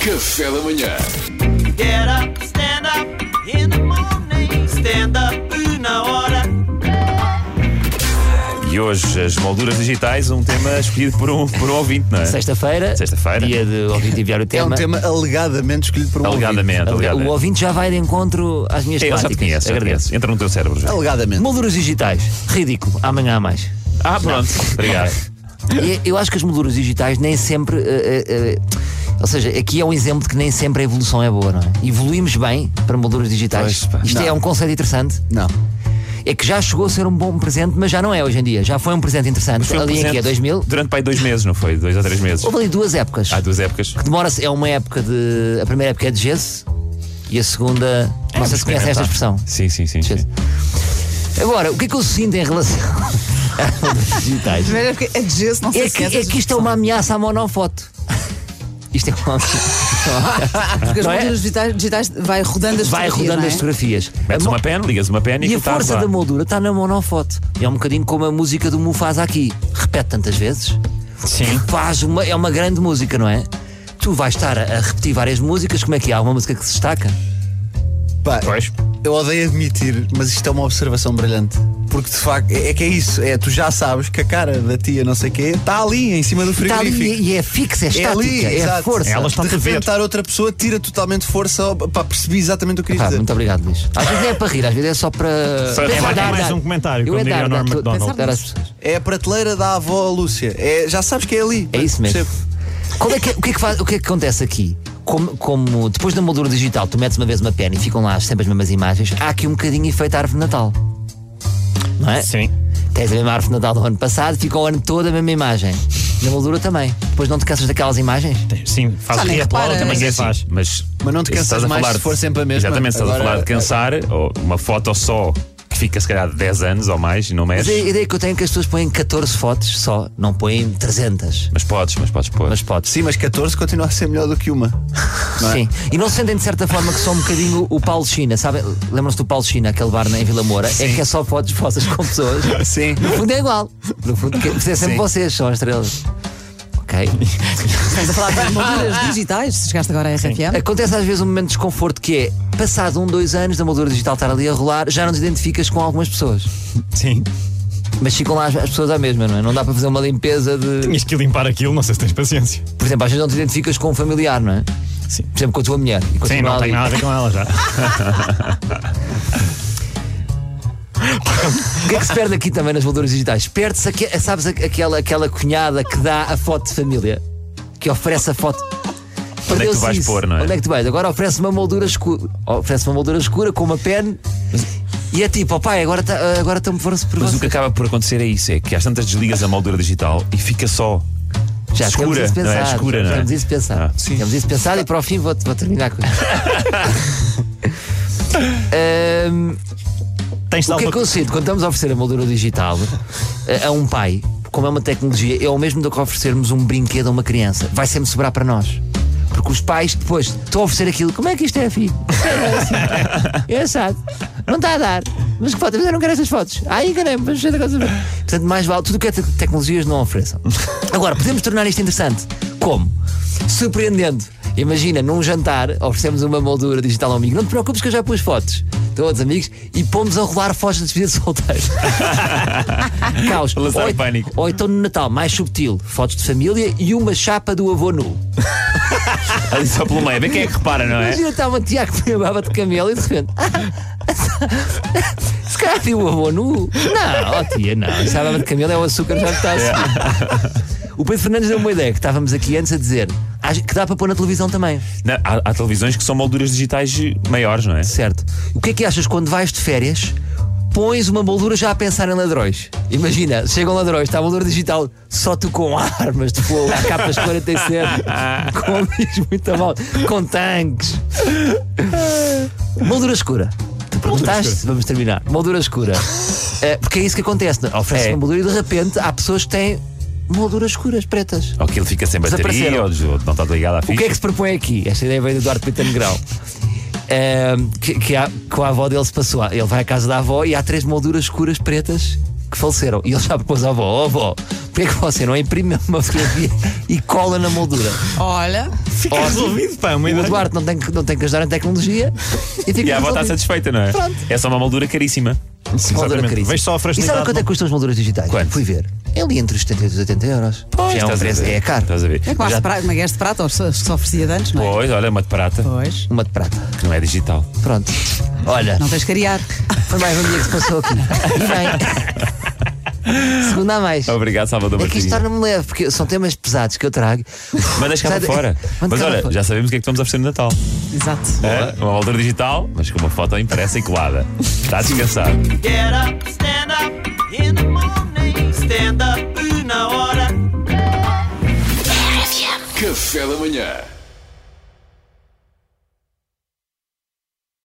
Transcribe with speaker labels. Speaker 1: Café da manhã.
Speaker 2: Get up, stand up in the morning. Stand up na hora.
Speaker 3: E hoje, as molduras digitais, um tema escolhido por um, por um ouvinte, não é?
Speaker 4: Sexta-feira,
Speaker 3: Sexta-feira.
Speaker 4: dia de ouvinte enviar o
Speaker 5: É
Speaker 4: tema.
Speaker 5: um tema alegadamente escolhido por um
Speaker 3: Alegadamente,
Speaker 4: Alega-
Speaker 3: alegadamente.
Speaker 4: O ouvinte já vai de encontro às minhas
Speaker 3: É, Ele já te
Speaker 4: temáticas.
Speaker 3: conhece, já te
Speaker 4: Agradeço.
Speaker 3: conhece. Entra no teu cérebro já.
Speaker 5: ouvinte. Alegadamente.
Speaker 4: Molduras digitais, ridículo. Amanhã há mais.
Speaker 3: Ah, pronto. Obrigado.
Speaker 4: E eu acho que as molduras digitais nem sempre. eh, eh, eh, ou seja, aqui é um exemplo de que nem sempre a evolução é boa, não é? Evoluímos bem para molduras digitais.
Speaker 5: Pois, pá.
Speaker 4: Isto é
Speaker 5: Não.
Speaker 4: um conceito interessante.
Speaker 5: Não.
Speaker 4: É que já chegou a ser um bom presente, mas já não é hoje em dia. Já foi um presente interessante.
Speaker 3: Foi um
Speaker 4: ali em que é
Speaker 3: presente
Speaker 4: 2000.
Speaker 3: Durante pai dois meses, não foi? Dois ou três meses.
Speaker 4: Houve ali duas épocas.
Speaker 3: Há duas épocas.
Speaker 4: Demora-se, é uma época de. A primeira época é de gesso e a segunda. não sei se conhecem esta expressão.
Speaker 3: Sim, sim, sim. sim.
Speaker 4: Agora, o que é que eu sinto em relação aos digitais?
Speaker 6: Primeiro é porque é de gesso, não sei
Speaker 4: É
Speaker 6: se
Speaker 4: que,
Speaker 6: é
Speaker 4: é que isto é uma ameaça à monofoto. Isto é uma
Speaker 6: Porque as
Speaker 4: não é?
Speaker 6: molduras digitais, digitais vai rodando as
Speaker 4: Vai
Speaker 6: fotografias,
Speaker 4: rodando
Speaker 6: não é?
Speaker 4: as fotografias.
Speaker 3: Metes
Speaker 4: A mo-
Speaker 3: uma pena, ligas uma pena e,
Speaker 4: E a
Speaker 3: aquilo tá
Speaker 4: força
Speaker 3: lá.
Speaker 4: da moldura está na monofoto. É um bocadinho como a música do Mufasa aqui. Repete tantas vezes.
Speaker 3: Sim.
Speaker 4: Faz uma, é uma grande música, não é? Tu vais estar a, a repetir várias músicas. Como é que há? Uma música que se destaca?
Speaker 5: Pá,
Speaker 3: Ah, Pois.
Speaker 5: eu odeio admitir, mas isto é uma observação brilhante. Porque de facto, é é que é isso. É, tu já sabes que a cara da tia não sei quê está ali, em cima do
Speaker 4: Está ali
Speaker 5: frigorífico.
Speaker 4: e e é fixa, é
Speaker 5: É
Speaker 4: estática,
Speaker 5: ali,
Speaker 4: é a
Speaker 5: exato.
Speaker 4: força.
Speaker 3: Ela está- está-te
Speaker 5: de
Speaker 3: a ver.
Speaker 5: repente estar outra pessoa tira totalmente força para perceber exatamente o que queria
Speaker 4: Pá,
Speaker 5: dizer.
Speaker 4: muito obrigado, Luís. Às vezes nem é para rir, às vezes é só para.
Speaker 3: Só é
Speaker 4: para
Speaker 3: mais-
Speaker 4: dar-
Speaker 3: é mais
Speaker 4: dar.
Speaker 3: um comentário,
Speaker 4: Eu
Speaker 3: como
Speaker 4: é
Speaker 3: diria
Speaker 4: dar,
Speaker 3: o Norm
Speaker 4: dar-
Speaker 3: Macdonald.
Speaker 4: dar às pessoas.
Speaker 5: É a prateleira da avó Lúcia. É, já sabes que é ali.
Speaker 4: É isso mesmo.
Speaker 5: Percebo.
Speaker 4: Qual é que, o, que é que faz- o que é que acontece aqui? Como, como depois da moldura digital, tu metes uma vez uma pena e ficam lá sempre as mesmas imagens, há aqui um bocadinho efeito árvore de Natal. Não é?
Speaker 3: Sim.
Speaker 4: Tens a mesma árvore de Natal do ano passado, fica o ano todo a mesma imagem. Na moldura também. Depois não te cansas daquelas imagens?
Speaker 3: Sim,
Speaker 4: Ah,
Speaker 3: faz
Speaker 6: Só nem repara.
Speaker 3: também ninguém
Speaker 6: Sim, sim.
Speaker 3: faz. Mas,
Speaker 5: Mas não te
Speaker 3: isso
Speaker 5: cansas
Speaker 3: estás a
Speaker 5: mais
Speaker 3: falar
Speaker 5: se
Speaker 3: de-
Speaker 5: for sempre a mesma.
Speaker 3: Exatamente, estás a
Speaker 5: Agora-
Speaker 3: falar de cansar, ou uma foto só que fica se calhar 10 anos ou mais e não
Speaker 4: Mas a
Speaker 3: mexe.
Speaker 4: ideia que eu tenho é que as pessoas põem 14 fotos só, não põem 300.
Speaker 3: Mas podes, mas podes pôr.
Speaker 4: Mas podes.
Speaker 5: Sim, mas 14 continua a ser melhor do que uma. não é?
Speaker 4: Sim. E não sentem de certa forma que só um bocadinho o Paulo China, sabe? Lembram-se do Paulo China, aquele bar na- em Vila Moura? É que é só fotos vossas com pessoas.
Speaker 5: Sim.
Speaker 4: No fundo é igual. No fundo, que, é sempre vocês, são as estrelas. Ok.
Speaker 6: Estás a falar de molduras digitais, se chegaste agora à RFM.
Speaker 4: Acontece às vezes um momento de desconforto que é, passado um, dois anos da moldura digital estar ali a rolar, já não te identificas com algumas pessoas.
Speaker 7: Sim.
Speaker 4: Mas ficam lá as, as pessoas à mesma, não é? Não dá para fazer uma limpeza de.
Speaker 7: Tinhas que limpar aquilo, não sei se tens paciência.
Speaker 4: Por exemplo, às vezes não te identificas com um familiar, não é?
Speaker 7: Sim.
Speaker 4: Por exemplo, com a tua mulher. E
Speaker 7: Sim,
Speaker 4: continua
Speaker 7: não
Speaker 4: ali.
Speaker 7: tenho nada a ver com ela já.
Speaker 4: O que é que se perde aqui também nas molduras digitais? Perde-se aque- sabes, aque- aquela, aquela cunhada que dá a foto de família, que oferece a foto.
Speaker 3: é tu
Speaker 4: Perdeu-se
Speaker 3: vais
Speaker 4: isso.
Speaker 3: pôr, não é?
Speaker 4: Onde é que tu vais? Agora oferece uma moldura escura, oferece uma moldura escura com uma pen e é tipo, ó pai, agora tá, agora estão-me foram-se por
Speaker 3: Mas o
Speaker 4: vocês.
Speaker 3: que acaba por acontecer é isso: é que às tantas desligas a moldura digital e fica só.
Speaker 4: Já
Speaker 3: escura,
Speaker 4: temos isso
Speaker 3: não é?
Speaker 4: pensado.
Speaker 3: Escura,
Speaker 4: já
Speaker 3: não é?
Speaker 4: temos isso pensado.
Speaker 3: Ah,
Speaker 4: temos isso pensado e para o fim vou, vou terminar com Ahm,
Speaker 7: Tens de
Speaker 4: O que é
Speaker 7: alguma
Speaker 4: que eu sinto? Quando estamos a oferecer a moldura digital a, a um pai, como é uma tecnologia, é o mesmo do que oferecermos um brinquedo a uma criança. Vai sempre sobrar para nós. Porque os pais, depois, estão a oferecer aquilo. Como é que isto é, filho? É assado. Não está a dar. Mas que foto? Mas eu não quero estas fotos. Ai, caramba, mas cheio de coisa. Portanto, mais vale tudo o que é te- tecnologias não ofereçam. Agora, podemos tornar isto interessante. Como? Surpreendendo. Imagina, num jantar, oferecemos uma moldura digital a um amigo. Não te preocupes que eu já pus fotos. Estão outros amigos e pomos a rolar fotos de despedida de solteiro. Caos.
Speaker 3: Lançar
Speaker 4: Ou-
Speaker 3: pânico.
Speaker 4: Ou então no Natal, mais subtil, fotos de família e uma chapa do avô nu.
Speaker 3: Ali só pelo meio. Vê quem é que repara, não é?
Speaker 4: Imagina tá, está uma tia a comer baba de camelo e de repente. Se calhar viu o avô nu. Não, ó tia, não. Isso a baba de camelo é o açúcar já que está a subir.
Speaker 3: É.
Speaker 4: O Pedro Fernandes deu uma ideia que estávamos aqui antes a dizer acho que dá para pôr na televisão também,
Speaker 3: Não, há, há televisões que são molduras digitais maiores, não é?
Speaker 4: certo? O que é que achas quando vais de férias? Pões uma moldura já a pensar em ladrões. Imagina, chegam ladrões, está a moldura digital, só tu com armas de fogo, há capas 47, com amigos muito mal, com tanques. Moldura escura. Tu perguntaste? Vamos terminar. Moldura escura. É, porque é isso que acontece. não é? Oferece
Speaker 3: É.
Speaker 4: uma moldura e de repente há pessoas que têm molduras escuras, pretas.
Speaker 3: Ou que ele fica sem bateria, ou,
Speaker 4: Desapareceram.
Speaker 3: ou não está ligado à ficha.
Speaker 4: O que é que se propõe aqui? Esta ideia veio do Duarte Pintano Grau. Ehm, que, que, a, que a avó dele se passou. Ele vai à casa da avó e há três molduras escuras pretas que faleceram. E ele já propôs à avó: Ó avó, Porquê é que você não imprime uma fotografia e cola na moldura?
Speaker 6: Olha,
Speaker 7: Fica resolvido, pá, uma
Speaker 4: O
Speaker 7: ideia.
Speaker 4: Eduardo não tem, que- não tem que ajudar em tecnologia e fica
Speaker 3: E a avó está
Speaker 4: resolvido.
Speaker 3: satisfeita, não é?
Speaker 4: Pronto.
Speaker 3: É só uma moldura caríssima.
Speaker 4: Moldura
Speaker 7: Exatamente.
Speaker 4: caríssima.
Speaker 7: Vejo só a
Speaker 4: E
Speaker 7: fragilidade.
Speaker 4: sabe quanto é que custam as molduras digitais?
Speaker 3: Quanto?
Speaker 4: Fui ver. É ali entre os 70 e os 80 euros. Já é um
Speaker 3: estás a
Speaker 4: preço,
Speaker 3: ver.
Speaker 4: é caro.
Speaker 3: Estás a ver.
Speaker 6: é quase
Speaker 3: Já-
Speaker 6: prato, uma guerra de prata, ou se se oferecia de antes, não é?
Speaker 3: Pois, olha, uma de prata,
Speaker 6: Pois.
Speaker 4: Uma de prata.
Speaker 3: que não é digital.
Speaker 4: Pronto. Olha,
Speaker 6: Não tens cariar.
Speaker 4: foi mais um dia que se passou aqui. E bem. Segunda a mais.
Speaker 3: Obrigado, Salvador
Speaker 4: É que
Speaker 3: Martins.
Speaker 4: isto torna-me leve, porque são temas pesados que eu trago.
Speaker 3: Mandas cá para
Speaker 4: Sabe-
Speaker 3: fora. Mas
Speaker 4: Manda cá para
Speaker 3: olha,
Speaker 4: fora.
Speaker 3: já sabemos o que é que estamos a oferecer no Natal.
Speaker 6: Exato.
Speaker 3: É? Uma moldura digital, mas com uma foto impressa e colada. Está descansado.
Speaker 2: Get up, stand up in the morning. Stand up, una hora.
Speaker 1: Café da manhã.